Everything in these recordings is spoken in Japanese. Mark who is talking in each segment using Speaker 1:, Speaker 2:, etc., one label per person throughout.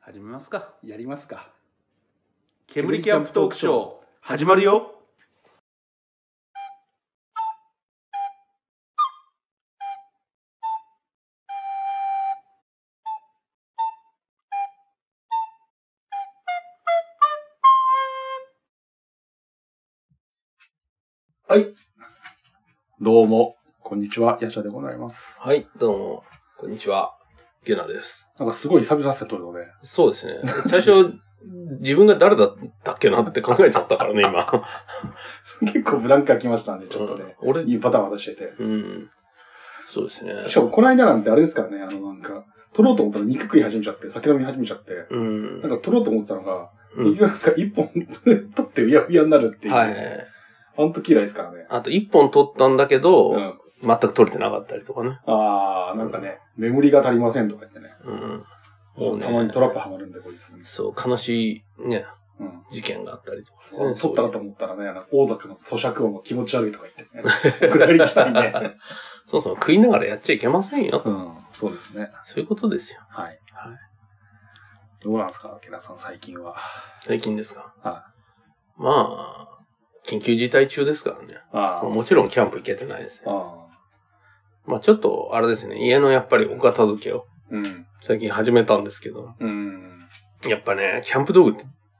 Speaker 1: 始めますか
Speaker 2: やりますか
Speaker 1: 煙キャンプトークショー始まるよ
Speaker 2: どうもこんにちはヤシャでございます
Speaker 3: はい、どうも、こんにちは。ゲナです。
Speaker 2: なんかすごい久々っせとるのね
Speaker 3: そうですね。最初、自分が誰だったっけなって考えちゃったからね、今。
Speaker 2: 結構ブランクが来ましたんで ちょっとね、
Speaker 3: 俺、
Speaker 2: いいバタバタしてて
Speaker 3: うん。そうですね。
Speaker 2: しかもこの間なんてあれですからねあのなんか取ろうと思ったら肉食い始めちゃって酒飲み始めちゃって
Speaker 3: うん。
Speaker 2: なんか取ろうと思ってたのが、
Speaker 3: う
Speaker 2: 結
Speaker 3: ん
Speaker 2: 局なんか一本取ってうやうやになるっていう、
Speaker 3: はい。
Speaker 2: あの時以来ですからね
Speaker 3: あと、一本取ったんだけ
Speaker 2: う
Speaker 3: ど、
Speaker 2: ん
Speaker 3: 全く取れてなかったりとかね。
Speaker 2: ああなんかねメモリが足りませんとか言ってね
Speaker 3: うん。そうね
Speaker 2: たまにトラップはまるんでこいつ、
Speaker 3: そう、悲しいね、
Speaker 2: うん
Speaker 3: 事件があったりと
Speaker 2: そう
Speaker 3: かね。
Speaker 2: 取ったらと思ったらね、あの王族の咀嚼音が気持ち悪いとか言ってね、送 られてきたりね。
Speaker 3: そうそう、食いながらやっちゃいけませんよ。
Speaker 2: うん、そうですね。
Speaker 3: そういうことですよ。
Speaker 2: はい。
Speaker 3: はい
Speaker 2: どうなんですか、ケラさん、最近は。
Speaker 3: 最近ですか。
Speaker 2: は
Speaker 3: まあ、緊急事態中ですからね。
Speaker 2: ああ
Speaker 3: もちろんキャンプ行けてないですね。
Speaker 2: ああ。
Speaker 3: まあちょっと、あれですね、家のやっぱりお片付けを
Speaker 2: うん。
Speaker 3: 最近始めたんですけど、
Speaker 2: うん。
Speaker 3: やっぱね、キャンプ道具っ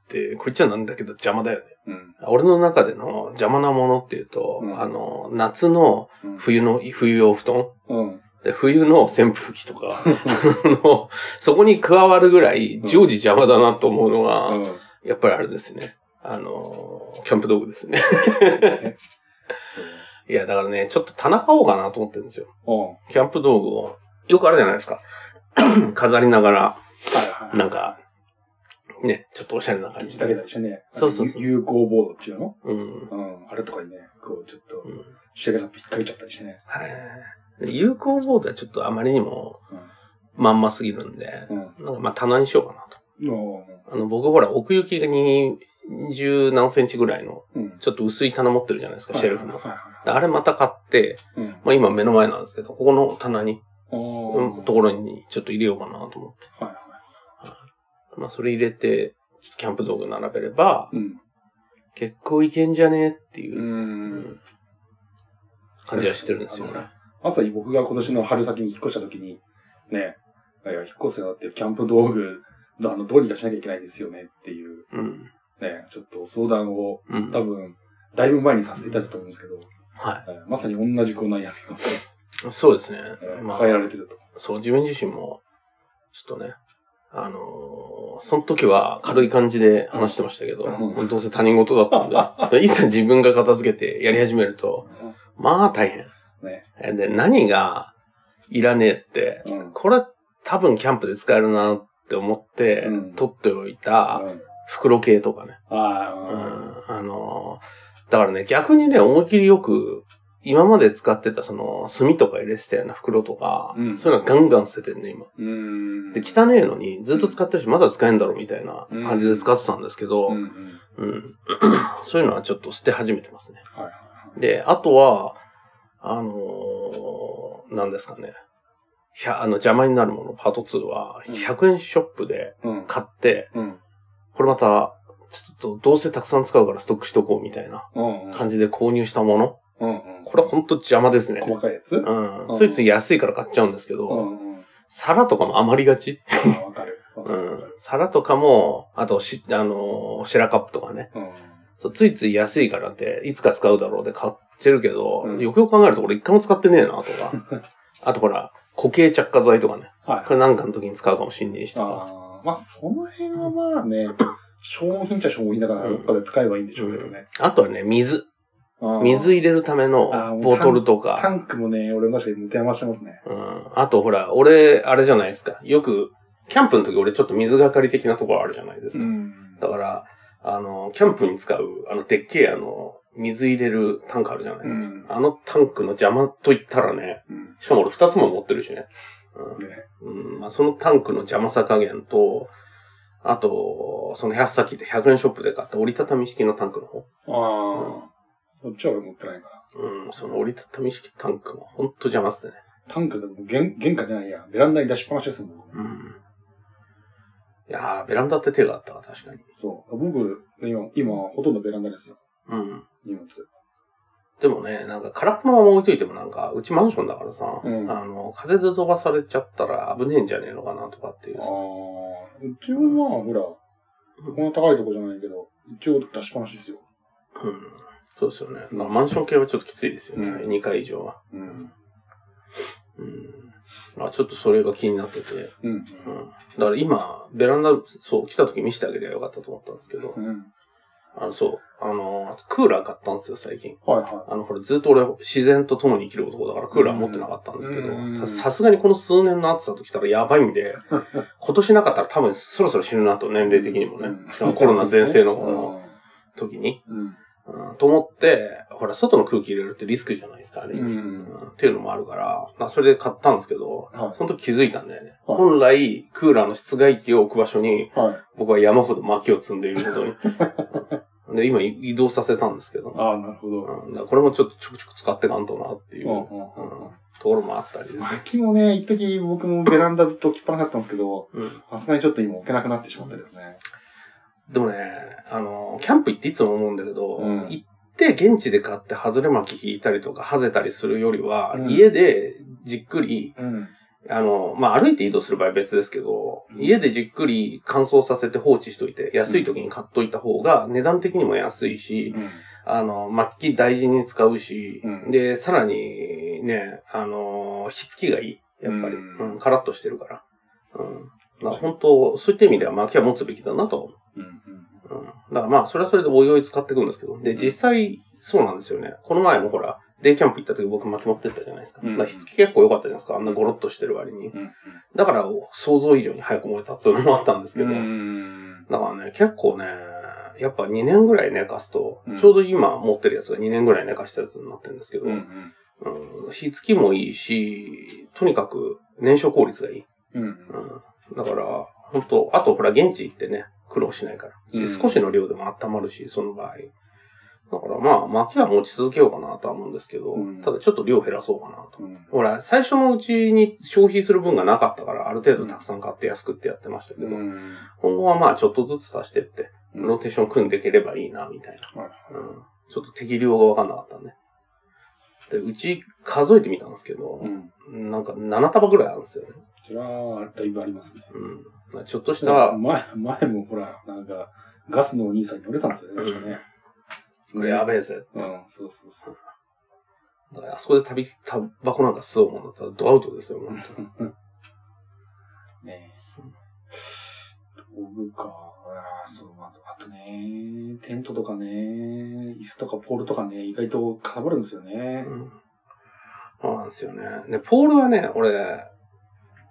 Speaker 3: て、こいっちゃなんだけど邪魔だよね。
Speaker 2: うん。
Speaker 3: 俺の中での邪魔なものっていうと、
Speaker 2: うん
Speaker 3: あの、夏の
Speaker 2: うん。
Speaker 3: 冬の、冬用布団
Speaker 2: うん。
Speaker 3: で冬の扇風機と か、あのそこに加わるぐらい常時邪魔だなと思うのが、
Speaker 2: うん。
Speaker 3: やっぱりあれですね。あの、キャンプ道具ですね。いや、だからね、ちょっと棚買おうかなと思ってるんですよ。
Speaker 2: そう。
Speaker 3: キャンプ道具を、よくあるじゃないですか。 飾りながら、
Speaker 2: うん。はいはい。
Speaker 3: なんか、ね、ちょっとおしゃれな感じ
Speaker 2: だけ
Speaker 3: で。
Speaker 2: だりしてね。
Speaker 3: そうそうそう
Speaker 2: あの有有効ボードっていうの
Speaker 3: うん。
Speaker 2: うん。あれとかにね、こう、ちょっと
Speaker 3: う、ん
Speaker 2: 仕上げが引っ掛けちゃったりしてね。
Speaker 3: はい。有効ボードはちょっとあまりにも
Speaker 2: うん
Speaker 3: まんますぎるんで、
Speaker 2: うん。
Speaker 3: なんかまあ棚にしようかな
Speaker 2: おー
Speaker 3: と。あの、僕ほら奥行きがに十何センチぐらいの、
Speaker 2: うん。
Speaker 3: ちょっと薄い棚持ってるじゃないですか、シェルフの。
Speaker 2: はいは
Speaker 3: であれまた買って、
Speaker 2: いはい。
Speaker 3: まあ今目の前なんですけど、ここの棚に、
Speaker 2: うん。
Speaker 3: う
Speaker 2: あ
Speaker 3: ん
Speaker 2: あ。
Speaker 3: ところにちょっと入れようかなと思って。
Speaker 2: はいは
Speaker 3: まあそれ入れて、キャンプ道具並べれば、
Speaker 2: い。うん。。
Speaker 3: 結構いけんじゃねえっていうう、うんん感じはしてるんですよ
Speaker 2: あの
Speaker 3: ね。
Speaker 2: まさに僕が今年の春先に引っ越した時に、ね、いや引っ越すよって、キャンプ道具のあの、どうにかしなきゃいけないですよねっていう、
Speaker 3: うん。
Speaker 2: ね、ちょっと相談を
Speaker 3: うん。
Speaker 2: 多分、だいぶ前にさせていただいたと思うんですけど、
Speaker 3: は
Speaker 2: えーまさに同じこう悩みを
Speaker 3: い。そうですね。
Speaker 2: えー
Speaker 3: まあ
Speaker 2: 抱え、られてると。
Speaker 3: そう、自分自身も、ちょっとね、あのーその時は軽い感じで話してましたけど、
Speaker 2: う
Speaker 3: どうせ他人事だったんで、一 切自分が片付けてやり始めると、まあ大変。
Speaker 2: ね。
Speaker 3: えで、何がいらねえって、
Speaker 2: うん。
Speaker 3: これ多分キャンプで使えるなって思って
Speaker 2: うん、
Speaker 3: 取っておいた
Speaker 2: あ
Speaker 3: 袋系とかね。う
Speaker 2: あ
Speaker 3: んあのーだからね、逆にね、思い切りよく、今まで使ってたその、炭とか入れてたような袋とか、
Speaker 2: うん
Speaker 3: そういうのガンガン捨ててんね、今。
Speaker 2: ー、うん。
Speaker 3: で、汚ねえのに、ずっと使ってるし、まだ使えんだろ、みたいな感じで使ってたんですけど、
Speaker 2: う
Speaker 3: うん。
Speaker 2: うんん。
Speaker 3: そういうのはちょっと捨て始めてますね。
Speaker 2: はいはい
Speaker 3: で、あとは、あのー、なんですかね。ひゃあの、邪魔になるもの、パート2は、
Speaker 2: うん
Speaker 3: 100円ショップで
Speaker 2: うん。
Speaker 3: 買って、
Speaker 2: うん。
Speaker 3: これまた、ちょっと、どうせたくさん使うからストックしとこう、みたいな。
Speaker 2: うん。
Speaker 3: 感じで購入したもの。
Speaker 2: うん。うん。
Speaker 3: これほんと邪魔ですね。
Speaker 2: 細かいやつうん
Speaker 3: う
Speaker 2: うん
Speaker 3: ん。そいつ安いから買っちゃうんですけど、
Speaker 2: うん。
Speaker 3: 皿とかも余りがち。
Speaker 2: あーわかる。わ
Speaker 3: う
Speaker 2: かるわか
Speaker 3: ん
Speaker 2: る。。
Speaker 3: 皿とかも、あとし、あのー、シェラカップとかね。
Speaker 2: うん。
Speaker 3: そうついつい安いからって、いつか使うだろうで買ってるけど、
Speaker 2: うん
Speaker 3: よくよく考えると俺一回も使ってねえなとか。 あとほら、固形着火剤とかね。
Speaker 2: はい
Speaker 3: こ。れなんかの時に使うかもしんねえしとか。
Speaker 2: あーまあ、その辺はまあね、消耗品っちゃ消耗品だから、どっかで使えばいいんでしょうけどね。
Speaker 3: あとはね、水。
Speaker 2: あー
Speaker 3: 水入れるため
Speaker 2: あー
Speaker 3: の
Speaker 2: もう
Speaker 3: ボトルとか。
Speaker 2: タンクもね、俺確かに持て余してますね。
Speaker 3: うん。あとほら、俺、あれじゃないですか。よく、キャンプの時俺ちょっと水がかり的なところあるじゃないですか。
Speaker 2: ん
Speaker 3: だから、あの、キャンプに使う、あの、でっけえ、あの、水入れるタンクあるじゃないですか。
Speaker 2: うん
Speaker 3: あのタンクの邪魔と言ったらね、
Speaker 2: うん
Speaker 3: しかも俺二つも持ってるしね。
Speaker 2: ね
Speaker 3: うん。うん、まあ、そのタンクの邪魔さ加減と、あと、その100さっきで100円ショップで買った折りたたみ式のタンクの方。
Speaker 2: ああ。そっちは俺持ってないから。
Speaker 3: うん、その折りたたみ式タンクもほんと邪魔っすね。
Speaker 2: タンクでも玄玄関じゃないや、ベランダに出しっぱなしですもん。
Speaker 3: うん。いやー、ベランダって手があったわ、確かに。
Speaker 2: そう。僕、今、今ほとんどベランダですよ。
Speaker 3: うん。
Speaker 2: 荷物。
Speaker 3: でもね、なんか空っぽのまま置いといてもなんか、うちマンションだからさ、
Speaker 2: うん
Speaker 3: あの、風で飛ばされちゃったら危ねえんじゃねえのかなとかっていう
Speaker 2: あ
Speaker 3: さ。
Speaker 2: あ、うちもまあ、ほら、こんな高いとこじゃないけど、一応出しっぱなしですよ。
Speaker 3: うん。そうですよね。まあ、マンション系はちょっときついですよね。
Speaker 2: うん
Speaker 3: 2階以上は。
Speaker 2: うん。
Speaker 3: うん。まあ、ちょっとそれが気になってて。
Speaker 2: うん。
Speaker 3: うん。だから今、ベランダ、そう、来た時見せてあげればよかったと思ったんですけど
Speaker 2: う、ん。
Speaker 3: あの、そう、あの、クーラー買ったんですよ、最近。
Speaker 2: はいは
Speaker 3: あの、これずっと俺、自然と共に生きる男だからクーラー持ってなかったんですけ
Speaker 2: うん
Speaker 3: ど、さすがにこの数年の暑さと来たらやばいん で、今年なかったら多分そろそろ死ぬなと、年齢的にもね
Speaker 2: うん。
Speaker 3: しかもコロナ全盛の
Speaker 2: い。
Speaker 3: この時に。
Speaker 2: うん。
Speaker 3: うん、と思って、ほら、外の空気入れるってリスクじゃないですか、あれ。
Speaker 2: う。
Speaker 3: うんんっていうのもあるから、まあ、それで買ったんですけど、
Speaker 2: は
Speaker 3: その時気づいたんだよね。
Speaker 2: はい
Speaker 3: 本来、クーラーの室外機を置く場所に、
Speaker 2: い。はい。
Speaker 3: 僕は山ほど薪を積んでいることに。 うんで、今移動させたんですけど、
Speaker 2: ああ、なるほど。
Speaker 3: うん、だからこれもちょっとちょくちょく使ってかんとなっていう、
Speaker 2: う
Speaker 3: うんん
Speaker 2: うんうんうん
Speaker 3: ところもあったりですね。
Speaker 2: 薪もね、一時僕もベランダずっと置きっぱなかったんですけど、
Speaker 3: うん
Speaker 2: さすがにちょっと今置けなくなってしまってですね。
Speaker 3: でもね、あの、キャンプ行っていつも思うんだけど、
Speaker 2: うん
Speaker 3: 行って現地で買って外れ巻き引いたりとか、ハゼたりするよりは、
Speaker 2: うん
Speaker 3: 家でじっくり、
Speaker 2: うん。
Speaker 3: あの、まあ、歩いて移動する場合は別ですけど、
Speaker 2: うん
Speaker 3: 家でじっくり乾燥させて放置しといて、安い時に買っといた方が値段的にも安いし、あの、末期大事に使うし、
Speaker 2: うん
Speaker 3: で、さらにね、あの、火付きがいい。やっぱり、
Speaker 2: う
Speaker 3: うんん、カラッとしてるから。うん。まあ本当、そういった意味では薪は持つべきだなと思
Speaker 2: うん。
Speaker 3: う。うん。だからまあ、それはそれでおいおい使っていくんですけど。
Speaker 2: う
Speaker 3: で、
Speaker 2: ん
Speaker 3: 実際、そうなんですよね。この前もほら、デイキャンプ行った時僕薪持ってったじゃないですか。
Speaker 2: うん
Speaker 3: だから火付き結構良かったじゃないですか。あんなゴロッとしてる割に。
Speaker 2: うん。
Speaker 3: だから、想像以上に早く燃えたっていうのもあったんですけ
Speaker 2: う
Speaker 3: ど。
Speaker 2: ん。
Speaker 3: だからね、結構ね、やっぱ2年ぐらい寝かすと、
Speaker 2: うん
Speaker 3: ちょうど今持ってるやつが2年ぐらい寝かしたやつになってるんですけど、
Speaker 2: う
Speaker 3: うん、
Speaker 2: ん。
Speaker 3: 火付きもいいし、とにかく燃焼効率がいい。
Speaker 2: うん。
Speaker 3: うん、だから、本当あとほら現地行ってね、苦労しないから。
Speaker 2: うん
Speaker 3: 少しの量でも温まるし、その場合。だからまあ、薪は持ち続けようかなとは思うんですけど、
Speaker 2: うん
Speaker 3: ただちょっと量減らそうかなと。
Speaker 2: うん。
Speaker 3: ほら、最初のうちに消費する分がなかったから、ある程度たくさん買って安くってやってましたけど、
Speaker 2: うん。
Speaker 3: 今後はまあちょっとずつ足してって、
Speaker 2: うん
Speaker 3: ローテーション組んでいければいいな、みたいな。
Speaker 2: はい
Speaker 3: うんちょっと適量が分かんなかったね。で、うち数えてみたんですけど
Speaker 2: う、ん。
Speaker 3: なんか7束ぐらいあるんですよね。
Speaker 2: それは、だいぶありますね。
Speaker 3: うんまあ。ちょっとし
Speaker 2: した
Speaker 3: た、
Speaker 2: 前、前もほら、なんか、ガスのお兄さんに売れたんですよね、確かね。
Speaker 3: これやべえぜ。
Speaker 2: うん、そうそうそう。
Speaker 3: だからあそこでタビ、タバコなんか吸おうもんだったらドアウトですよ。もう
Speaker 2: ねえ。道具か。あーそう、あとあとね、テントとかね、椅子とかポールとかね、意外とかぶるんですよね
Speaker 3: う。んそうなんですよね。で、ポールはね、俺、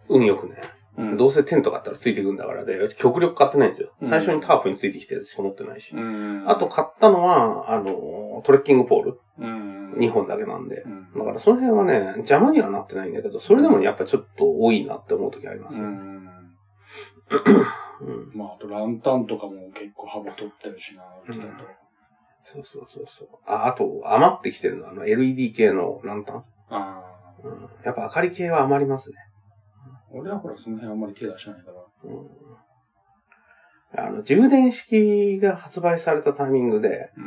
Speaker 3: 運よくね、
Speaker 2: うん
Speaker 3: どうせテント買ったらついてくんだからで、極力買ってないんですよ。
Speaker 2: うん
Speaker 3: 最初にタープについてきてしか持ってないし。
Speaker 2: うん
Speaker 3: あと、買ったのは、あの、トレッキングポール。
Speaker 2: うん。
Speaker 3: 2本だけなんで
Speaker 2: う。ん。
Speaker 3: だからその辺はね、邪魔にはなってないんだけど、それでもやっぱちょっと多いなって思う時あります
Speaker 2: う
Speaker 3: ね。う
Speaker 2: ん。
Speaker 3: ん。
Speaker 2: まあ、あとランタンとかも結構幅取ってるしな、
Speaker 3: うん
Speaker 2: 来たと。
Speaker 3: そうそうそうそう。あ、あと、余ってきてるのは、あの、LED 系のランタン。
Speaker 2: ああ。
Speaker 3: うん。やっぱ明かり系は余りますね。
Speaker 2: 俺はほら、その辺あんまり手出しないから。
Speaker 3: うん。あの、充電式が発売されたタイミングで、
Speaker 2: う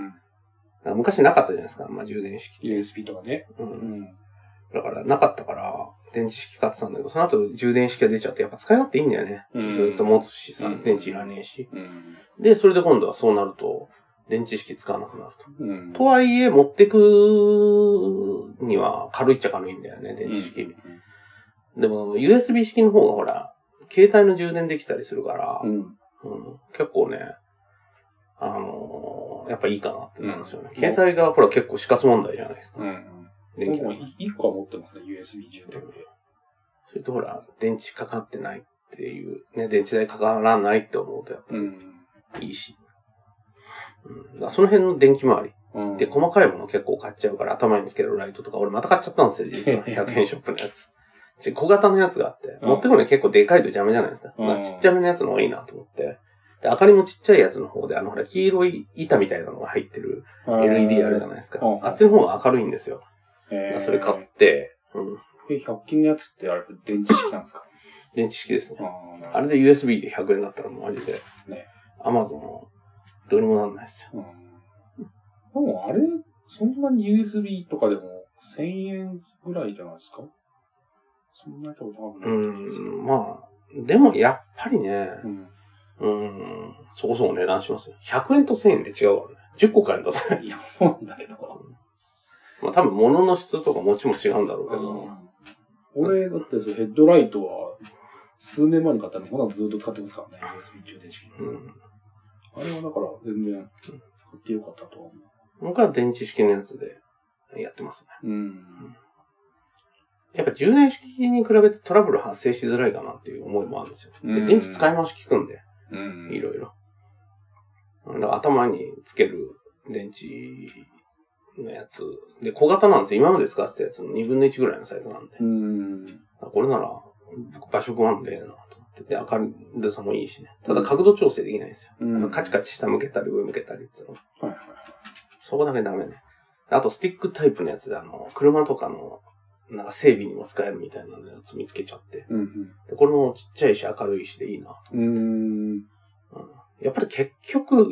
Speaker 2: ん。
Speaker 3: 昔なかったじゃないですか、まあ、充電式って。
Speaker 2: USB とかね。
Speaker 3: う。
Speaker 2: うんん。
Speaker 3: だから、なかったから、電池式買ってたんだけど、その後充電式が出ちゃって、やっぱ使い勝手いいんだよね。
Speaker 2: うん
Speaker 3: ずっと持つしさ
Speaker 2: うん、
Speaker 3: 電池いらねえし。
Speaker 2: うん。
Speaker 3: で、それで今度はそうなると、電池式使わなくなると。
Speaker 2: うん
Speaker 3: とはいえ、持ってくには軽いっちゃ軽いんだよね、電池式。でも、USB 式の方がほら、携帯の充電できたりするから
Speaker 2: う、ん。
Speaker 3: うん結構ね、あのーやっぱいいかなってなるんですよね。
Speaker 2: うん
Speaker 3: 携帯がほら結構死活問題じゃないですか。
Speaker 2: うん。
Speaker 3: 電気
Speaker 2: 僕も
Speaker 3: が。
Speaker 2: 1個は持ってますね、USB 充電で。
Speaker 3: それとほら、電池かかってないっていう、ね、電池代かからないって思うとやっ
Speaker 2: うん。
Speaker 3: ぱいいし。うん、だからその辺の電気回り。
Speaker 2: うん
Speaker 3: で、細かいもの結構買っちゃうから、頭につけるライトとか、俺また買っちゃったんですよ、実は。100円ショッ プのやつ。ち小型のやつがあって、
Speaker 2: うん
Speaker 3: 持ってくるの結構でかいと邪魔じゃないですか。
Speaker 2: うん
Speaker 3: まあちっちゃめのやつの方がいいなと思って。で、明かりもちっちゃいやつの方で、あの、ほら、黄色い板みたいなのが入ってる LED あるじゃないですか
Speaker 2: う。ん
Speaker 3: あっちの方が明るいんですよ。
Speaker 2: え
Speaker 3: それ買って、うん。
Speaker 2: え、100均のやつってあれ、電池式なんですか
Speaker 3: 電池式ですね。
Speaker 2: あーなるほ
Speaker 3: あれで USB で100円だったらマジで
Speaker 2: ね、
Speaker 3: Amazon はどうにもなんないですよ。
Speaker 2: どうん。でもあれ、そんなに USB とかでも1000円ぐらいじゃないですかそんなに多分高く
Speaker 3: う
Speaker 2: ない気がする。
Speaker 3: ん、まあ、でもやっぱりね、
Speaker 2: うん。
Speaker 3: うん、そこそこ値段しますよ。100円と1000円で違うからね。10個買えんだぜ。
Speaker 2: いや、そうなんだけど。
Speaker 3: まあ多分物の質とか持ちも違うんだろうけど。
Speaker 2: 俺、だってそのヘッドライトは、数年前に買ったの、ほなずっと使ってますからね。USB 充電式のやつ
Speaker 3: うん
Speaker 2: あれはだから、全然、買ってよかったと思
Speaker 3: 僕は電池式のやつでやってますね。
Speaker 2: う。うん。
Speaker 3: やっぱ充電式に比べてトラブル発生しづらいかなっていう思いもあるんですよ。で電池使い回し効くんで、
Speaker 2: うん。
Speaker 3: いろいろ。だから頭につける電池のやつ。で、小型なんですよ。今まで使ってたやつの2分の1ぐらいのサイズなんで。
Speaker 2: うん。
Speaker 3: あこれなら、僕場所食わんでええなと思って。で、明るさもいいしね。ただ角度調整できないんですよ。
Speaker 2: うん。
Speaker 3: カチカチ下向けたり上向けたりっていうの。
Speaker 2: はいはい。
Speaker 3: そこだけダメね。あと、スティックタイプのやつで、あの、車とかの、なんか整備にも使えるみたいなやつ見つけちゃって。
Speaker 2: うん
Speaker 3: でこれもちっちゃいし明るいしでいいな。
Speaker 2: うん。うん。
Speaker 3: うんやっぱり結局、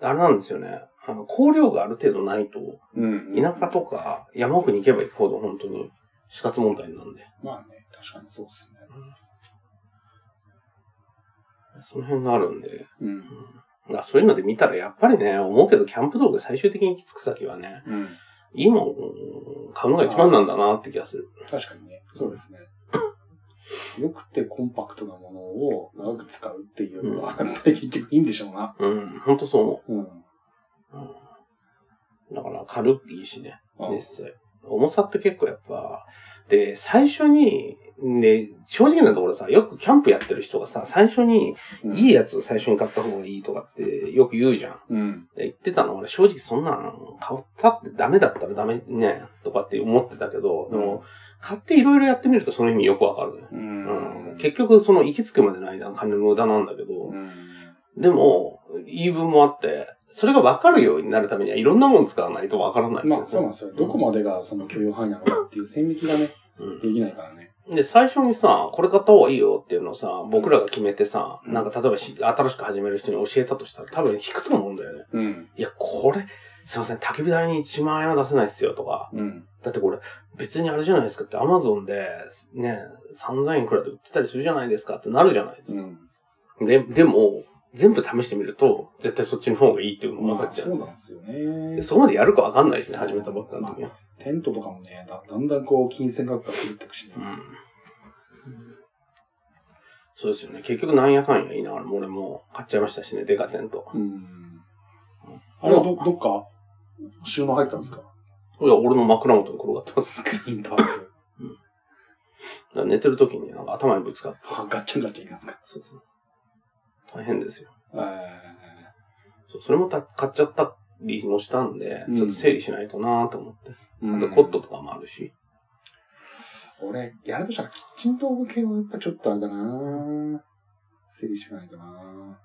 Speaker 3: あれなんですよね。あの、光量がある程度ないと、
Speaker 2: うん。
Speaker 3: 田舎とか山奥に行けば行くほど本当に死活問題なんで、
Speaker 2: まあね、確かにそうですね。
Speaker 3: その辺があるんで、
Speaker 2: うん。
Speaker 3: だからそういうので見たらやっぱりね、思うけどキャンプ道具で最終的に行き着く先はね、
Speaker 2: うん。
Speaker 3: いいもんうん買うのが一番なんだなって気がする。
Speaker 2: 確かにね、そうです ね。よくてコンパクトなものを長く使うっていうのは、やっぱり結局いいんでしょうな。
Speaker 3: うん、本当そう思
Speaker 2: うん。
Speaker 3: う。うんだから軽いしね。
Speaker 2: あ
Speaker 3: です重さって結構やっぱ、で、最初に、ね、正直なところさ、よくキャンプやってる人がさ、最初に
Speaker 2: うん
Speaker 3: いいやつを最初に買った方がいいとかってよく言うじゃん。
Speaker 2: うん。
Speaker 3: で言ってたの、俺正直そんなん買ったってダメだったらダメね、とかって思ってたけど、でも、買っていろいろやってみるとその意味よくわかるね。
Speaker 2: う
Speaker 3: うん
Speaker 2: ん。
Speaker 3: 結局その行き着くまでの間の金の無駄なんだけど、でも、言い分もあって、それがわかるようになるためにはいろんなもの使わないとわからないってや
Speaker 2: まあ
Speaker 3: つ
Speaker 2: そうなんですよ。どこまでがその許容範囲なのかっていう線引きがね、
Speaker 3: うん
Speaker 2: できないからね。
Speaker 3: で、最初にさ、これ買った方がいいよっていうのをさ、僕らが決めてさ、
Speaker 2: うん
Speaker 3: なんか例えばし新しく始める人に教えたとしたら多分引くと思うんだよね。
Speaker 2: うん。
Speaker 3: いや、これ、すいません、焚き火台に1万円は出せないっすよとか。
Speaker 2: うん。
Speaker 3: だってこれ、別にあれじゃないですかって、アマゾンで、ね、3000円くらいで売ってたりするじゃないですかってなるじゃないです
Speaker 2: う
Speaker 3: か。
Speaker 2: ん。
Speaker 3: で、でも、全部試してみると、絶対そっちの方がいいっていうのが分
Speaker 2: ま
Speaker 3: か
Speaker 2: あ
Speaker 3: っちゃ
Speaker 2: そううんなん
Speaker 3: で
Speaker 2: ですすよ
Speaker 3: よ
Speaker 2: ね
Speaker 3: で。そこまでやるか分かんないしね、始めたばっかの時は。
Speaker 2: テントとかもね、だだんだんこう金銭価格が増えていくしね。
Speaker 3: そうですよね。結局なんやかんや言いながら、俺も買っちゃいましたしね、デカテント。
Speaker 2: うん。あれはどどっか収納入ったんですか
Speaker 3: いや、俺の枕元に転がってます。
Speaker 2: スクリーンとある。
Speaker 3: だから寝てる時になんか頭にぶつかって。
Speaker 2: あガッチャンガッチャンいきますか。
Speaker 3: そうそう大変ですよ。
Speaker 2: え
Speaker 3: そうそれもた買っちゃったりもしたんで、
Speaker 2: うん
Speaker 3: ちょっと整理しないとなぁと思って。
Speaker 2: ー
Speaker 3: あとコットとかもあるし。
Speaker 2: 俺、やるとしたらキッチン道具系はやっぱちょっとあれだな整理しないとな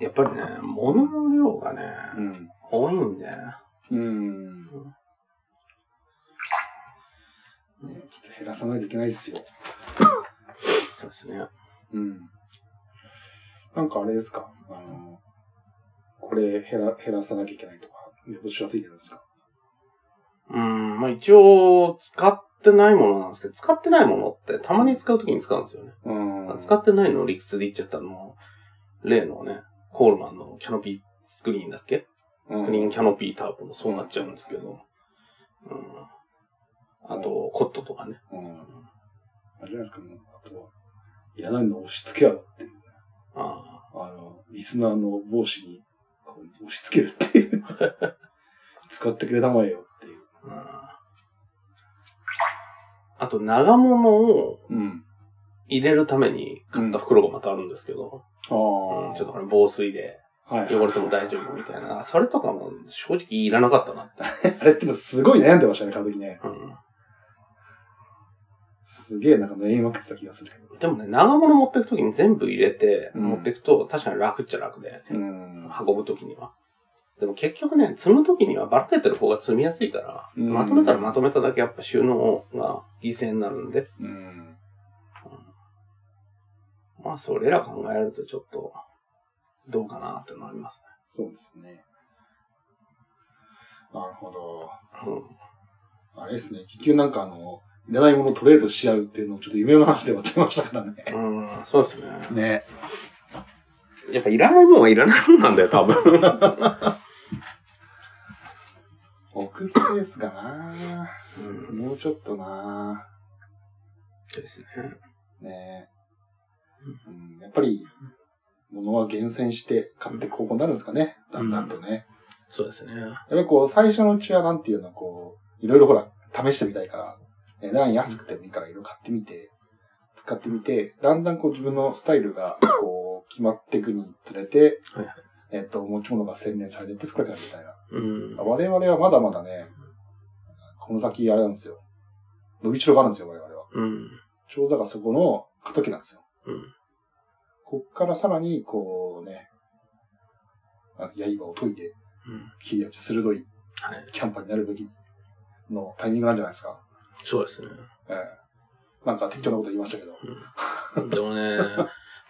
Speaker 3: やっぱりね、物の量がね、
Speaker 2: ん。
Speaker 3: 多いんで、
Speaker 2: うん。ね、ちょっと減らさないといけないっすよ。
Speaker 3: そうですね。
Speaker 2: うん。なんかあれですかあの、これ減ら減らさなきゃいけないとか、目星はついてるんですか
Speaker 3: うん、まあ一応、使ってないものなんですけど、使ってないものってたまに使うときに使うんですよね。
Speaker 2: うん
Speaker 3: 使ってないのを理屈で言っちゃったらもう、例のね、コールマンのキャノピースクリーンだっけスクリーンキャノピータープもそうなっちゃうんですけど、うん。あと、コットとかね。
Speaker 2: うん。あれじゃないですか、もう、あとは、いらないのを押し付け合うっていう。
Speaker 3: あ
Speaker 2: あの、リスナーの帽子に、こう、押し付けるっ ていう。使ってくれたまえよっていう。
Speaker 3: あ、うん。あと、長物を
Speaker 2: うん。
Speaker 3: 入れるために買った袋がまたあるんですけど、
Speaker 2: ああ、
Speaker 3: うん、ちょっとこれ防水で
Speaker 2: と、はい。
Speaker 3: 汚れても大丈夫みたいな。それとかも正直いらなかったなって。
Speaker 2: あれってのすごい悩んでましたね、買うときね。
Speaker 3: うん
Speaker 2: すげえなんか悩みまくってた気がするけど。
Speaker 3: でもね、長物持ってくときに全部入れて、
Speaker 2: うん
Speaker 3: 持ってくと、確かに楽っちゃ楽で、
Speaker 2: うん。
Speaker 3: 運ぶときには。でも結局ね、積む時にはばらけてる方が積みやすいから、
Speaker 2: うん
Speaker 3: まとめたらまとめただけやっぱ収納が犠牲になるんで、
Speaker 2: うん。
Speaker 3: まあそれら考えるとちょっと、どうかなってのあります
Speaker 2: そうですね。なるほど。
Speaker 3: ね。
Speaker 2: あれですね。結局なんかあの、いらないものトレードし合うっていうのをちょっと夢の話で終わっちゃいましたから ね。
Speaker 3: うん。うん、そうですね。
Speaker 2: ね。
Speaker 3: やっぱいらないもんはいらないもんなんだよ、多分。
Speaker 2: 置くスペースかな
Speaker 3: うん。
Speaker 2: もうちょっとな
Speaker 3: ですね。
Speaker 2: ねうん、やっぱり、物は厳選して買ってこうなるんですかね。だんだんとね。
Speaker 3: そうですね。
Speaker 2: やっぱりこう、最初のうちはなんていうの、こう、いろいろほら、試してみたいから、値段安くてもいいからいろいろ買ってみて、使ってみて、だんだんこう自分のスタイルが、こう、決まっていくにつれて
Speaker 3: はいは、
Speaker 2: えっと、持ち物が洗練されていって少なくなるみたいな。
Speaker 3: うん。
Speaker 2: 我々はまだまだね、この先あれなんですよ。伸びしろがあるんですよ、我々は。
Speaker 3: うん。
Speaker 2: ちょうどだからそこの過渡期なんですよ。
Speaker 3: うん。
Speaker 2: こっからさらに、こうね、あの刃を研いで、
Speaker 3: うん。
Speaker 2: 切り味鋭い
Speaker 3: はい。
Speaker 2: キャンパーになるべきのタイミングなんじゃないですか。
Speaker 3: そうですね。
Speaker 2: ええなんか適当なこと言いましたけど。
Speaker 3: うん。でも ね、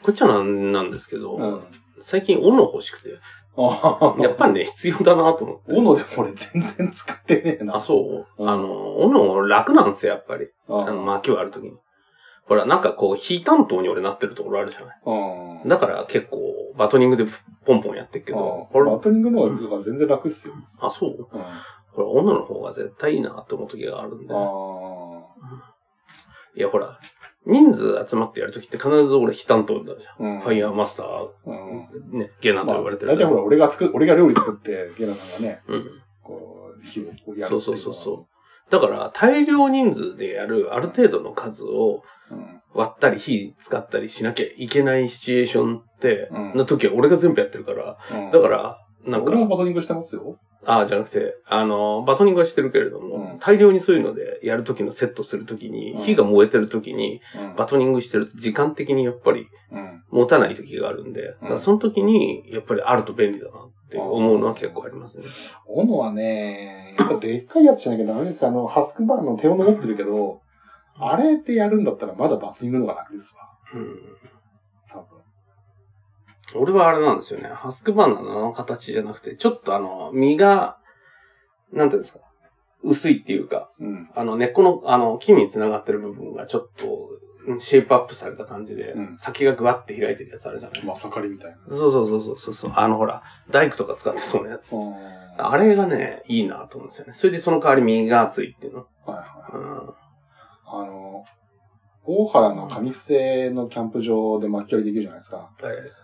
Speaker 3: こっちはなんなんですけど、
Speaker 2: うん。
Speaker 3: 最近斧欲しくて、
Speaker 2: あ
Speaker 3: やっぱりね、必要だなと思って。
Speaker 2: 斧でも俺全然使ってねえな。
Speaker 3: あ、そう、
Speaker 2: うん
Speaker 3: あの、斧楽なんですよ、やっぱり。
Speaker 2: うん。
Speaker 3: あの、薪割るときに。ほら、なんかこう、非担当に俺なってるところあるじゃない。
Speaker 2: うん。
Speaker 3: だから結構、バトニングでポンポンやってるけ
Speaker 2: うん
Speaker 3: ど、
Speaker 2: こ
Speaker 3: こ
Speaker 2: れ
Speaker 3: れ
Speaker 2: バ、トニングの方が全然楽っすよ。
Speaker 3: あ、そう
Speaker 2: うん。あ
Speaker 3: これ、斧の方が絶対いいなって思うときがあるんで。
Speaker 2: あ。
Speaker 3: いや、ほら、人数集まってやるときって必ず俺非担当になるじゃん。
Speaker 2: うん。
Speaker 3: ファイヤーマスター、
Speaker 2: うん。
Speaker 3: ね、ゲナと
Speaker 2: まあ、
Speaker 3: 言われてる
Speaker 2: 大体ほら、俺が作る、俺が料理作って、ゲイラさんがね、
Speaker 3: うん。
Speaker 2: こう、火をこうやるっていのは
Speaker 3: そうそうそうそう。だから、大量人数でやるある程度の数を、
Speaker 2: うん。
Speaker 3: 割ったり火使ったりしなきゃいけないシチュエーションって、
Speaker 2: うん
Speaker 3: の時は俺が全部やってるから、
Speaker 2: うん。
Speaker 3: だから、なんか
Speaker 2: 俺、もバトニングしてますよ。
Speaker 3: ああ、じゃなくて、あの、バトニングはしてるけれども、
Speaker 2: うん
Speaker 3: 大量にそういうのでやる時のセットする時に、
Speaker 2: うん
Speaker 3: 火が燃えてる時に、
Speaker 2: うん
Speaker 3: バトニングしてると時間的にやっぱり
Speaker 2: うん。
Speaker 3: 持たない時があるんで、だからその時に、やっぱりあると便利だなって思うのは結構ありますね。
Speaker 2: 斧はね、やっぱでっかいやつじゃなきゃダメですよ。あの、ハスクバーンの手を持ってるけど、あれでやるんだったらまだバッティングの方が楽ですわ。
Speaker 3: うん。
Speaker 2: 多分。
Speaker 3: 俺はあれなんですよね。ハスクバーナの形じゃなくて、ちょっとあの、身が、なんていうんですか、薄いっていうか、
Speaker 2: うん。
Speaker 3: あの、根っこの、あの、木に繋がってる部分がちょっと、うんシェイプアップされた感じで、
Speaker 2: うん
Speaker 3: 先がグワって開いてるやつあるじゃないですか。
Speaker 2: まあ、盛りみたいな。
Speaker 3: そうそうそうそうそうそう。あの、ほら、大工とか使ってそうなやつ。
Speaker 2: うん。
Speaker 3: あれがね、いいなと思うんですよね。それでその代わり身が厚いっていうの。
Speaker 2: はいはい。
Speaker 3: うん。
Speaker 2: あの、大原の上伏せのキャンプ場で巻き割りできるじゃないですか。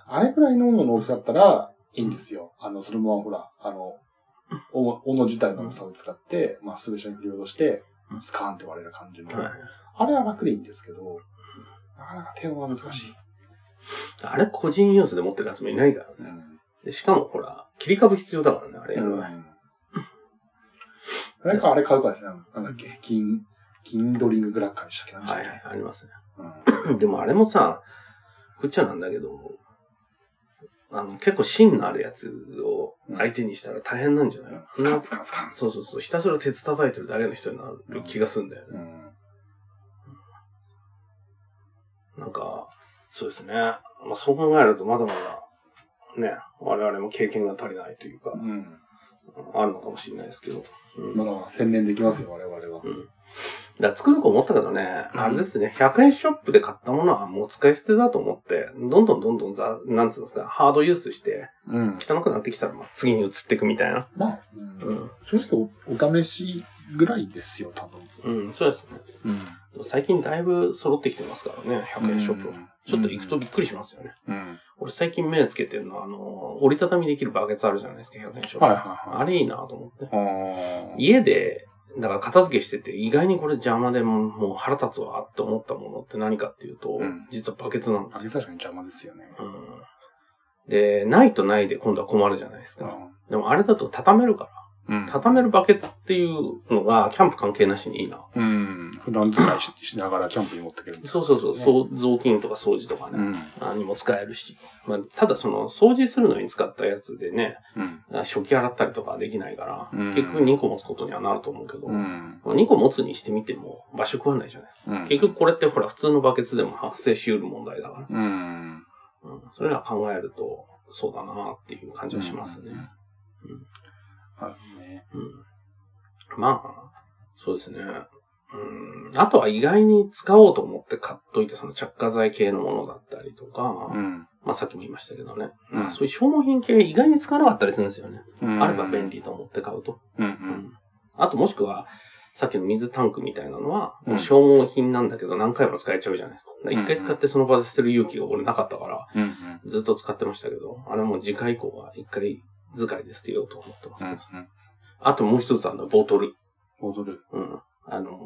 Speaker 2: あれくらいの斧の大きさだったらいいんですよ。あの、そのままほら、あの、斧斧自体の重さを使って、まっすぐ下に振り落として、スカーンって割れる感じの。
Speaker 3: はい。
Speaker 2: あれは楽でいいんですけど、なかなか低音は難しい。
Speaker 3: あれ個人要素で持ってるやつもいないからね。
Speaker 2: うん。
Speaker 3: でしかもほら、切り株必要だからね、あれやる場合
Speaker 2: あれか、あれ買うかですね。なんだっけ、金、金ドリンググラッカーでしたっけなんでした
Speaker 3: は
Speaker 2: っ
Speaker 3: いはい、ありますね。
Speaker 2: け、
Speaker 3: でもあれもさ、こっちはなんだけど、あの、結構芯のあるやつを相手にしたら大変なんじゃない
Speaker 2: うん
Speaker 3: か。
Speaker 2: スカンスカンスカン。
Speaker 3: そうそうそう、ひたすら鉄叩いてるだけの人になる気がするんだよね。
Speaker 2: うん。
Speaker 3: なんか、そうですね。まあ、そう考えると、まだまだ、ね、我々も経験が足りないというか、
Speaker 2: うん。
Speaker 3: あるのかもしれないですけど。うん
Speaker 2: まだまだ専念できますよ、我々は。
Speaker 3: だからつくづく思ったけどね、あれですね、100円ショップで買ったものはもう使い捨てだと思って、どんどんどんどんざ、なんつうんですか、ハードユースして、
Speaker 2: うん。
Speaker 3: 汚くなってきたら、まあ、次に移っていくみたいな。
Speaker 2: まあ、
Speaker 3: う
Speaker 2: うん、
Speaker 3: ん。
Speaker 2: 正直おお試しぐらいですよ、多分。
Speaker 3: うん、そうですね。
Speaker 2: うん。
Speaker 3: 最近だいぶ揃ってきてますからね、100円ショップは。ちょっと行くとびっくりしますよね。
Speaker 2: うん。
Speaker 3: 俺最近目つけてるのは、あの、折りたたみできるバケツあるじゃないですか、100円ショップ。
Speaker 2: はいはいはい。
Speaker 3: あれいいなと思って。
Speaker 2: あ
Speaker 3: 家で、だから片付けしてて、意外にこれ邪魔でもうもう腹立つわって思ったものって何かっていうと、
Speaker 2: うん
Speaker 3: 実はバケツなん
Speaker 2: あ。
Speaker 3: です
Speaker 2: あ
Speaker 3: よ
Speaker 2: げ確かに邪魔ですよね。
Speaker 3: うんで、ないとないで今度は困るじゃないですか。でもあれだと畳めるか
Speaker 2: うん。
Speaker 3: 畳めるバケツっていうのが、キャンプ関係なしにいいな。
Speaker 2: うん。普段使いししながらキャンプに持ってけるんです。
Speaker 3: そうそうそう、
Speaker 2: ね
Speaker 3: そう雑巾とか掃除とか
Speaker 2: う
Speaker 3: ね、
Speaker 2: ん。
Speaker 3: 何にも使えるし。まあ、ただその、掃除するのに使ったやつでね、
Speaker 2: うん。
Speaker 3: 食器洗ったりとかはできないから、
Speaker 2: うん
Speaker 3: 結局2個持つことにはなると思うけど、
Speaker 2: うん。
Speaker 3: 2個持つにしてみても場所食わないじゃないですか。
Speaker 2: うん。
Speaker 3: 結局これってほら、普通のバケツでも発生しうる問題だから、
Speaker 2: うん。
Speaker 3: うん、それら考えると、そうだなっていう感じはしますね。
Speaker 2: うん。あるね。
Speaker 3: うんまあ、そうですね。うん、あとは意外に使おうと思って買っといたその着火剤系のものだったりとか、
Speaker 2: うん。
Speaker 3: まあさっきも言いましたけどね、
Speaker 2: うん
Speaker 3: まあそういう消耗品系意外に使わなかったりするんですよね。
Speaker 2: うん
Speaker 3: あれば便。利と思って買うと。
Speaker 2: うん。う。
Speaker 3: うんあともしくは、さっきの水タンクみたいなのは、
Speaker 2: うん
Speaker 3: 消耗品なんだけど何回も使えちゃうじゃないですか。だから
Speaker 2: うん
Speaker 3: 一回使ってその場で捨てる勇気が俺なかったから、
Speaker 2: うん。うん。
Speaker 3: ずっと使ってましたけど、あれもう次回以降は一回使いで捨てようと思ってますけ
Speaker 2: う
Speaker 3: ど。
Speaker 2: ん。
Speaker 3: あともう一つあの、ボトル。
Speaker 2: 戻る。
Speaker 3: うん。あのー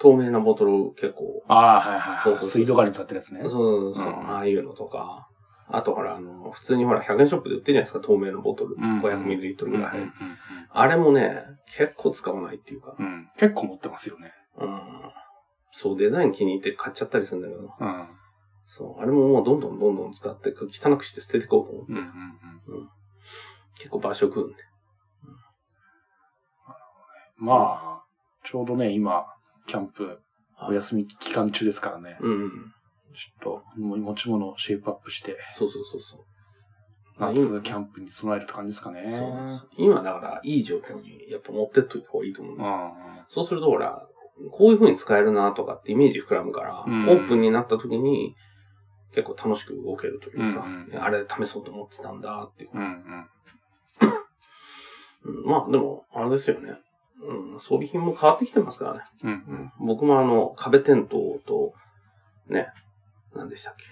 Speaker 3: 透明なボトル結構、
Speaker 2: ああ、はいはいはい。
Speaker 3: そうそうそう
Speaker 2: 水道管に使ってるやつね。
Speaker 3: そうそうそう、
Speaker 2: うん
Speaker 3: ああいうのとか、あとほら、あの、普通にほら、100円ショップで売ってるじゃないですか、透明のボトル。
Speaker 2: うん
Speaker 3: 500ミリリットル
Speaker 2: う
Speaker 3: ぐ
Speaker 2: んう
Speaker 3: らい入る。
Speaker 2: ん
Speaker 3: あれもね、結構使わないっていうか、
Speaker 2: うんうん結構持ってますよね。
Speaker 3: うん。そう、デザイン気に入って買っちゃったりするんだけど、
Speaker 2: うん。
Speaker 3: そう、あれももうどんどんどんどん使って、汚くして捨てていこうと思って、
Speaker 2: うんうんうん
Speaker 3: 結構場所食うんで。
Speaker 2: まあ、ちょうどね、今、キャンプ、
Speaker 3: はい
Speaker 2: お休み期間中ですからね。
Speaker 3: うんうん。
Speaker 2: ちょっと、もう持ち物をシェイプアップして、
Speaker 3: そうそうそうそう。まあ
Speaker 2: 夏、キャンプに備えるって感じですか
Speaker 3: そうなんで
Speaker 2: ね
Speaker 3: す。今だから、いい状況にやっぱ持ってっといた方がいいと思うんだよね
Speaker 2: う
Speaker 3: そうすると、ほら、こういう風に使えるなとかってイメージ膨らむから、
Speaker 2: うん
Speaker 3: オープンになった時に結構楽しく動けるというか、
Speaker 2: うんうん
Speaker 3: あれ試そうと思ってたんだっていう。
Speaker 2: ん。うん。
Speaker 3: うんまあでも、あれですよね、うん。装備品も変わってきてますからね。
Speaker 2: うん。うん。
Speaker 3: 僕もあの、壁テントと、ね、何でしたっけ。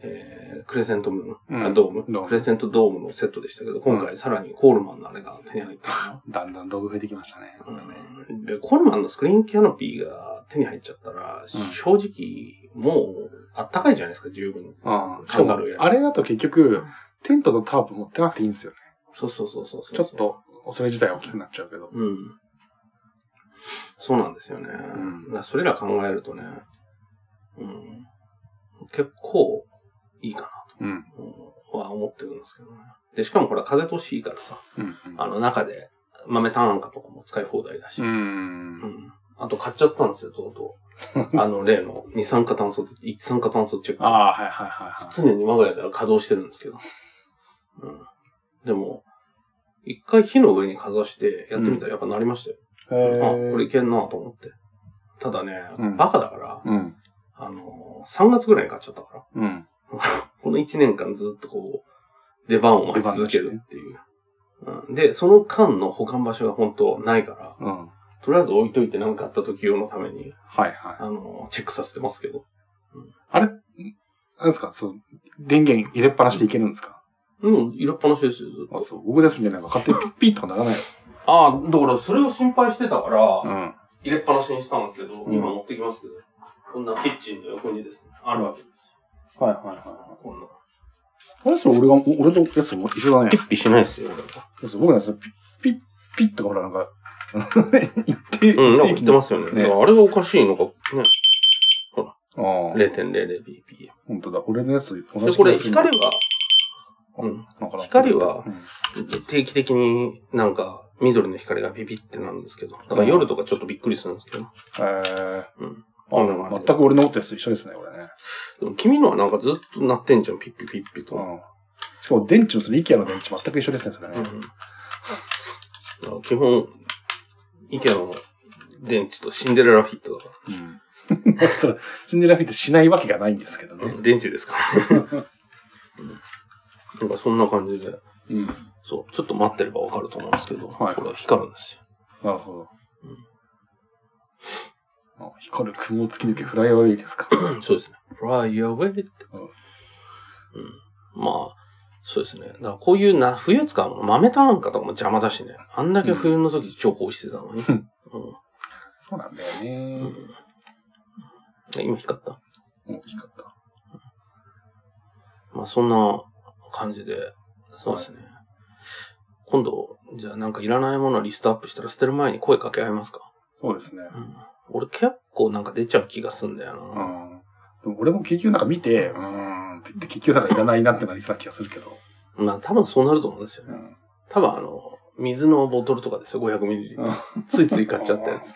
Speaker 3: えー、クレセントムーン、
Speaker 2: う
Speaker 3: あ
Speaker 2: ん
Speaker 3: ドーム
Speaker 2: ドーム
Speaker 3: クレセントドームのセットでしたけど、今回さらにコールマンのあれが手に入ったのよ、
Speaker 2: だんだん道具増えてきましたね。なんかね
Speaker 3: うんで、コルマンのスクリーンキャノピーが手に入っちゃったら、
Speaker 2: うん
Speaker 3: 正直、もう、あったかいじゃないですか、十分。
Speaker 2: うん。しかも、あれだと結局、テントとタープ持ってなくていいんですよね。
Speaker 3: そうそうそうそうそう。
Speaker 2: ちょっ。と、それ自体大きくなっちゃうけど。
Speaker 3: うん。そうなんですよね。
Speaker 2: ん
Speaker 3: だからそれら考えるとね、うん、結構いいか
Speaker 2: うん。
Speaker 3: なとは思ってるんですけどね。で、しかもほら、風通しいいからさ、
Speaker 2: うん。
Speaker 3: あの中で豆炭ンカとかも使い放題だし、
Speaker 2: う。
Speaker 3: うんんあと買っちゃったんですよ、とうと う。あの、例の二酸化炭素、一酸化炭素チェック。
Speaker 2: ああ、はいはいはいはい。
Speaker 3: 常に我が家では稼働してるんですけど。うん。でも、一回火の上にかざしてやってみたらやっぱなりましたよ。
Speaker 2: へ
Speaker 3: あ、これいけんなと思って。ただね、
Speaker 2: うん
Speaker 3: バカだから、
Speaker 2: うん。
Speaker 3: あのー、3月ぐらいに買っちゃったから、
Speaker 2: うん。
Speaker 3: この1年間ずっとこう、出番を待ち続けるっていう。うん、で、その間の保管場所が本当ないから、
Speaker 2: うん。
Speaker 3: とりあえず置いといて何かあった時用のために、
Speaker 2: はいはい。
Speaker 3: あの、チェックさせてますけど。
Speaker 2: なんですかそう、電源入れっぱなしでいけるんですか、
Speaker 3: うん、色っぱなしですよ、ずっ
Speaker 2: あ、
Speaker 3: と。
Speaker 2: そう。僕ですみたいな、勝手にピッ ピッとかならないよ。
Speaker 3: ああ、だからそれを心配してたから、
Speaker 2: うん。
Speaker 3: 入れっぱなしにしたんですけど、
Speaker 2: うん
Speaker 3: 今持ってきますけど、こんなキッチンの横にですね、あるわけです
Speaker 2: はいはいは
Speaker 3: よ。こんな。
Speaker 2: い。あれそれ俺が、俺のやつも一緒だね。
Speaker 3: ピしないですよ、俺は。
Speaker 2: そう僕のやつ、ピッピッピッとかほら、なんか、 一定、。
Speaker 3: うん、なんか切ってますすよね。
Speaker 2: ね
Speaker 3: だからあれがおかしいのか、ね、
Speaker 2: ああ。
Speaker 3: 0.00bpm。
Speaker 2: 本当だ。俺のやつ、同
Speaker 3: で、
Speaker 2: じ気
Speaker 3: こ
Speaker 2: が
Speaker 3: れ
Speaker 2: する
Speaker 3: 光はうん
Speaker 2: なんかな
Speaker 3: 光は
Speaker 2: うん
Speaker 3: 定期的になんか緑の光がピピってなるんですけど、だから夜とかちょっとびっくりするんですけど、
Speaker 2: えー。
Speaker 3: うん。こんな
Speaker 2: あ
Speaker 3: 感じ
Speaker 2: 全く俺の持ったやつと一緒ですね、これね。
Speaker 3: でも君のはなんかずっと鳴ってんじゃん、ピッピピッピと。
Speaker 2: うん。しかも電池もそれ、IKEA の電池全く一緒ですね、それね。
Speaker 3: うんだから基本、イケアの電池とシンデレラフィットだか
Speaker 2: うん。 それ、シンデレラフィットしないわけがないんですけど
Speaker 3: ら、
Speaker 2: ね。
Speaker 3: 電池ですからね。なんかそんな感じで、
Speaker 2: うん。
Speaker 3: そう、ちょっと待ってればわかると思うんですけど、
Speaker 2: はい
Speaker 3: これは光るんですよ。
Speaker 2: なるほど
Speaker 3: うん。
Speaker 2: あ光る雲を突き抜けフライアウェイです か。
Speaker 3: うんそうですね。Fly away って。
Speaker 2: うん
Speaker 3: うん、まあ、そうですね。だからこういうな、冬使うの、豆単価とかも邪魔だしね。あんだけ冬の時重宝してたのに。
Speaker 2: う
Speaker 3: うんん
Speaker 2: そうなんだよ
Speaker 3: う
Speaker 2: ね。
Speaker 3: んで今光った。
Speaker 2: 大きかった。
Speaker 3: まあそんな感じで、そうですね。今度、じゃあなんかいらないものをリストアップしたら捨てる前に声かけ合いますか。
Speaker 2: そうですね。
Speaker 3: うん、俺結構なんか出ちゃう気がすんだよな。
Speaker 2: うん。でも俺も結局なんか見て、うーんって言って結局なんかいらないなってなりそうな気がするけど。
Speaker 3: まあ多分そうなると思うんですよ
Speaker 2: う
Speaker 3: ね。
Speaker 2: ん。
Speaker 3: 多分あの、水のボトルとかですよ、500ミリリットル。ついつい買っちゃったやつ。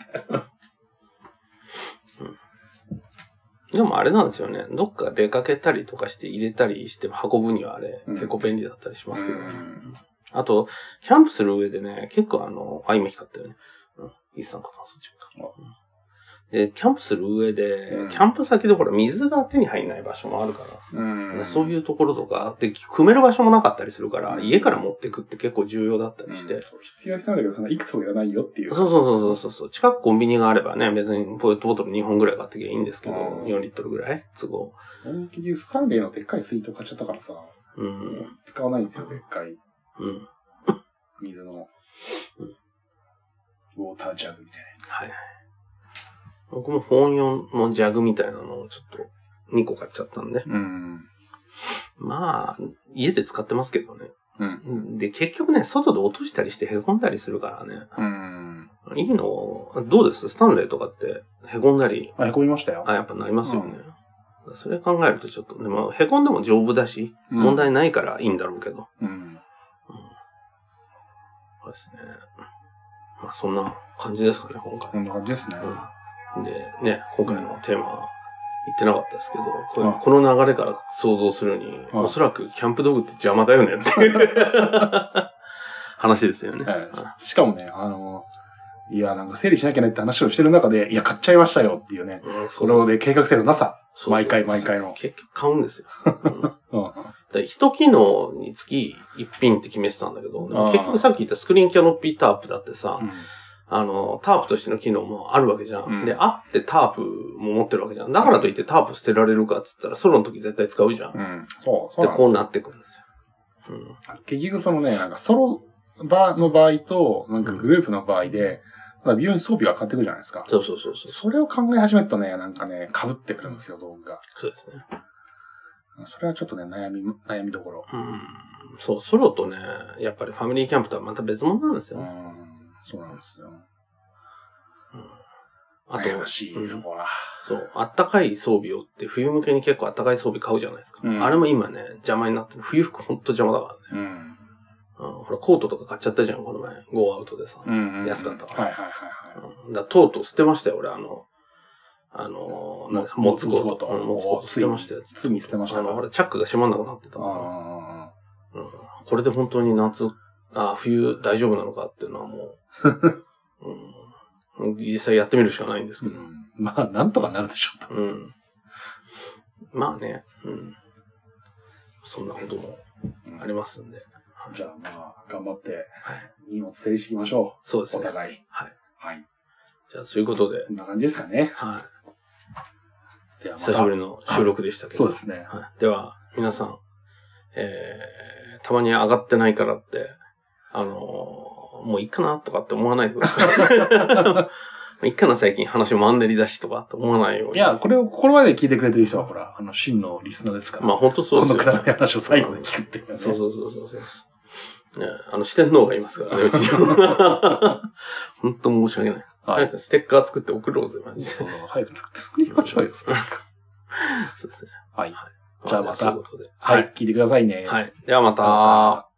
Speaker 3: でもあれなんですよね。どっか出かけたりとかして入れたりして運ぶにはあれ、
Speaker 2: うん
Speaker 3: 結構便利だったりしますけど、
Speaker 2: うん
Speaker 3: あと、キャンプする上でね、結構あの、あ、今光ったよね。うん。一酸化炭素中か。うんで、キャンプする上で、
Speaker 2: うん
Speaker 3: キャンプ先でほら、水が手に入らない場所もあるから、
Speaker 2: うん。
Speaker 3: そういううところとか、で、汲める場所もなかったりするから、
Speaker 2: うん
Speaker 3: 家から持ってくって結構重要だったり
Speaker 2: ん
Speaker 3: して、
Speaker 2: 必要は必要なんだけど、そのいくつもいらないよっていう。
Speaker 3: そうそうそうそうそう。近くコンビニがあればね、別にポエットボトル2本ぐらい買ってきゃいいんですけど、
Speaker 2: うん
Speaker 3: 4リットルぐらい都合。
Speaker 2: 俺も結局3例のでっかい水筒買っちゃったからさ、
Speaker 3: う。
Speaker 2: もうん使わないんですよ、でっかい
Speaker 3: うん。
Speaker 2: 水の
Speaker 3: う
Speaker 2: ウォータージャグみたい
Speaker 3: はい。僕も本用のジャグみたいなのをちょっと2個買っちゃったんで。
Speaker 2: な。うん。
Speaker 3: まあ、家で使ってますけどね。
Speaker 2: うん。
Speaker 3: で、結局ね、外で落としたりして凹んだりするからね。
Speaker 2: うん。
Speaker 3: いいの、どうですスタンレーとかって凹んだり、
Speaker 2: あ、へこみましたよ。
Speaker 3: あ、やっぱなりますよね。それ考えるとちょっと、でも、凹んでも丈夫だし、
Speaker 2: うん
Speaker 3: 問題ないからいいんだろうけど。
Speaker 2: うん。
Speaker 3: そうですね。まあそんな感じですかね、今回。
Speaker 2: こんな感じですね。
Speaker 3: うん、で、ね、今回のテーマは言ってなかったですけど、これ
Speaker 2: はい
Speaker 3: この流れから想像するに、
Speaker 2: はい
Speaker 3: おそらくキャンプ道具って邪魔だよねっていう 話ですよね。
Speaker 2: ええしかもね、あの、いや、なんか整理しなきゃねって話をしてる中で、いや、買っちゃいましたよっていうね。
Speaker 3: うん
Speaker 2: それをね、計画性のなさ。毎回毎。
Speaker 3: そうそうそう
Speaker 2: 回の。
Speaker 3: 結局買うんですよ。うん
Speaker 2: うん。
Speaker 3: だから一機能につき一品って決めてたんだけど、でも結局さっき言ったスクリーンキャノピータープだってさ、あの、タープとしての機能もあるわけじゃん。
Speaker 2: うん
Speaker 3: で、あってタープも持ってるわけじゃん。だからといってタープ捨てられるかっつったら、ソロの時絶対使うじゃん。
Speaker 2: うん。そう、そう
Speaker 3: で、
Speaker 2: なん
Speaker 3: こ
Speaker 2: で
Speaker 3: う
Speaker 2: す
Speaker 3: なってくるんですよ。
Speaker 2: 結局そのね、なんかソロバーの場合と、なんかグループの場合で、まあ美容に装備が変わってくるじゃないですか
Speaker 3: うん。。そうそうそうそう。
Speaker 2: それを考え始めるとね、なんかね、被ってくるんですよ、道具が。
Speaker 3: そうですね。
Speaker 2: それはちょっとね、悩み、悩みどころ。
Speaker 3: うん。そう、ソロとね、やっぱりファミリーキャンプとはまた別物なんです
Speaker 2: う
Speaker 3: よね。
Speaker 2: ん。そうなんですよ。
Speaker 3: あと
Speaker 2: 悩、まし
Speaker 3: う
Speaker 2: い、
Speaker 3: ん
Speaker 2: そこは。
Speaker 3: そう、あったかい装備をって、冬向けに結構あったかい装備買うじゃないですか。
Speaker 2: うん
Speaker 3: あれも今ね、邪魔になってる。冬服ほんと邪魔だからね。
Speaker 2: うん。
Speaker 3: うん、ほら、コートとか買っちゃったじゃん、この前。ゴーアウトでさ。
Speaker 2: うんうん。
Speaker 3: 安かったから
Speaker 2: はいはいはいはい。
Speaker 3: うんだからとうとう捨てましたよ、俺、あの、あの、なんか持つコート。
Speaker 2: も
Speaker 3: うん持つコート捨てましたよ。
Speaker 2: ついに捨てました
Speaker 3: あの、ほ、
Speaker 2: から
Speaker 3: チャックが閉まんなくなってたから、
Speaker 2: あ
Speaker 3: うんこれで本当に夏、あ冬大丈夫なのかっていうのはも う、うん、実際やってみるしかないんです
Speaker 2: ーう
Speaker 3: けど、
Speaker 2: ん。まあ、なんとかなるでしょうと。
Speaker 3: うん。まあね、うん。そんなこともありますんで、
Speaker 2: じゃあまあ、頑張って
Speaker 3: はい、
Speaker 2: 荷物整理していきましょ
Speaker 3: そうで
Speaker 2: う。
Speaker 3: す
Speaker 2: お
Speaker 3: ね。
Speaker 2: 互い。
Speaker 3: はい。
Speaker 2: はい。
Speaker 3: じゃあ、そういうことで、
Speaker 2: こんな感じですかね。
Speaker 3: は、
Speaker 2: ではいまた。
Speaker 3: 久しぶりの収録でしたけど、
Speaker 2: そうですね。
Speaker 3: はい、では、皆さん、えー、たまに上がってないからって、あのーもういいかなとかって思わないでくだ さい。もういいかな最近話マンネリだしとかって思わないように。
Speaker 2: いや、これを、ここまで聞いてくれてる人は、ほら、あの、真のリスナーですから。
Speaker 3: まあ本当そう
Speaker 2: こ
Speaker 3: です
Speaker 2: の
Speaker 3: よ、
Speaker 2: くだらない話を最後で聞くっていうね。
Speaker 3: そうそうそうそうそう。ね、あの、四天王がいますから ね、うちには。本当申し訳ない。
Speaker 2: はい。
Speaker 3: 早くステッカー作って送ろうぜ、マジで。
Speaker 2: そう早く作ってみましょうよ。
Speaker 3: そうですね。
Speaker 2: はい。じゃあまた
Speaker 3: そういうことで。
Speaker 2: は
Speaker 3: はいい。。
Speaker 2: 聞いてくださいね。
Speaker 3: はい。ではまた。
Speaker 2: また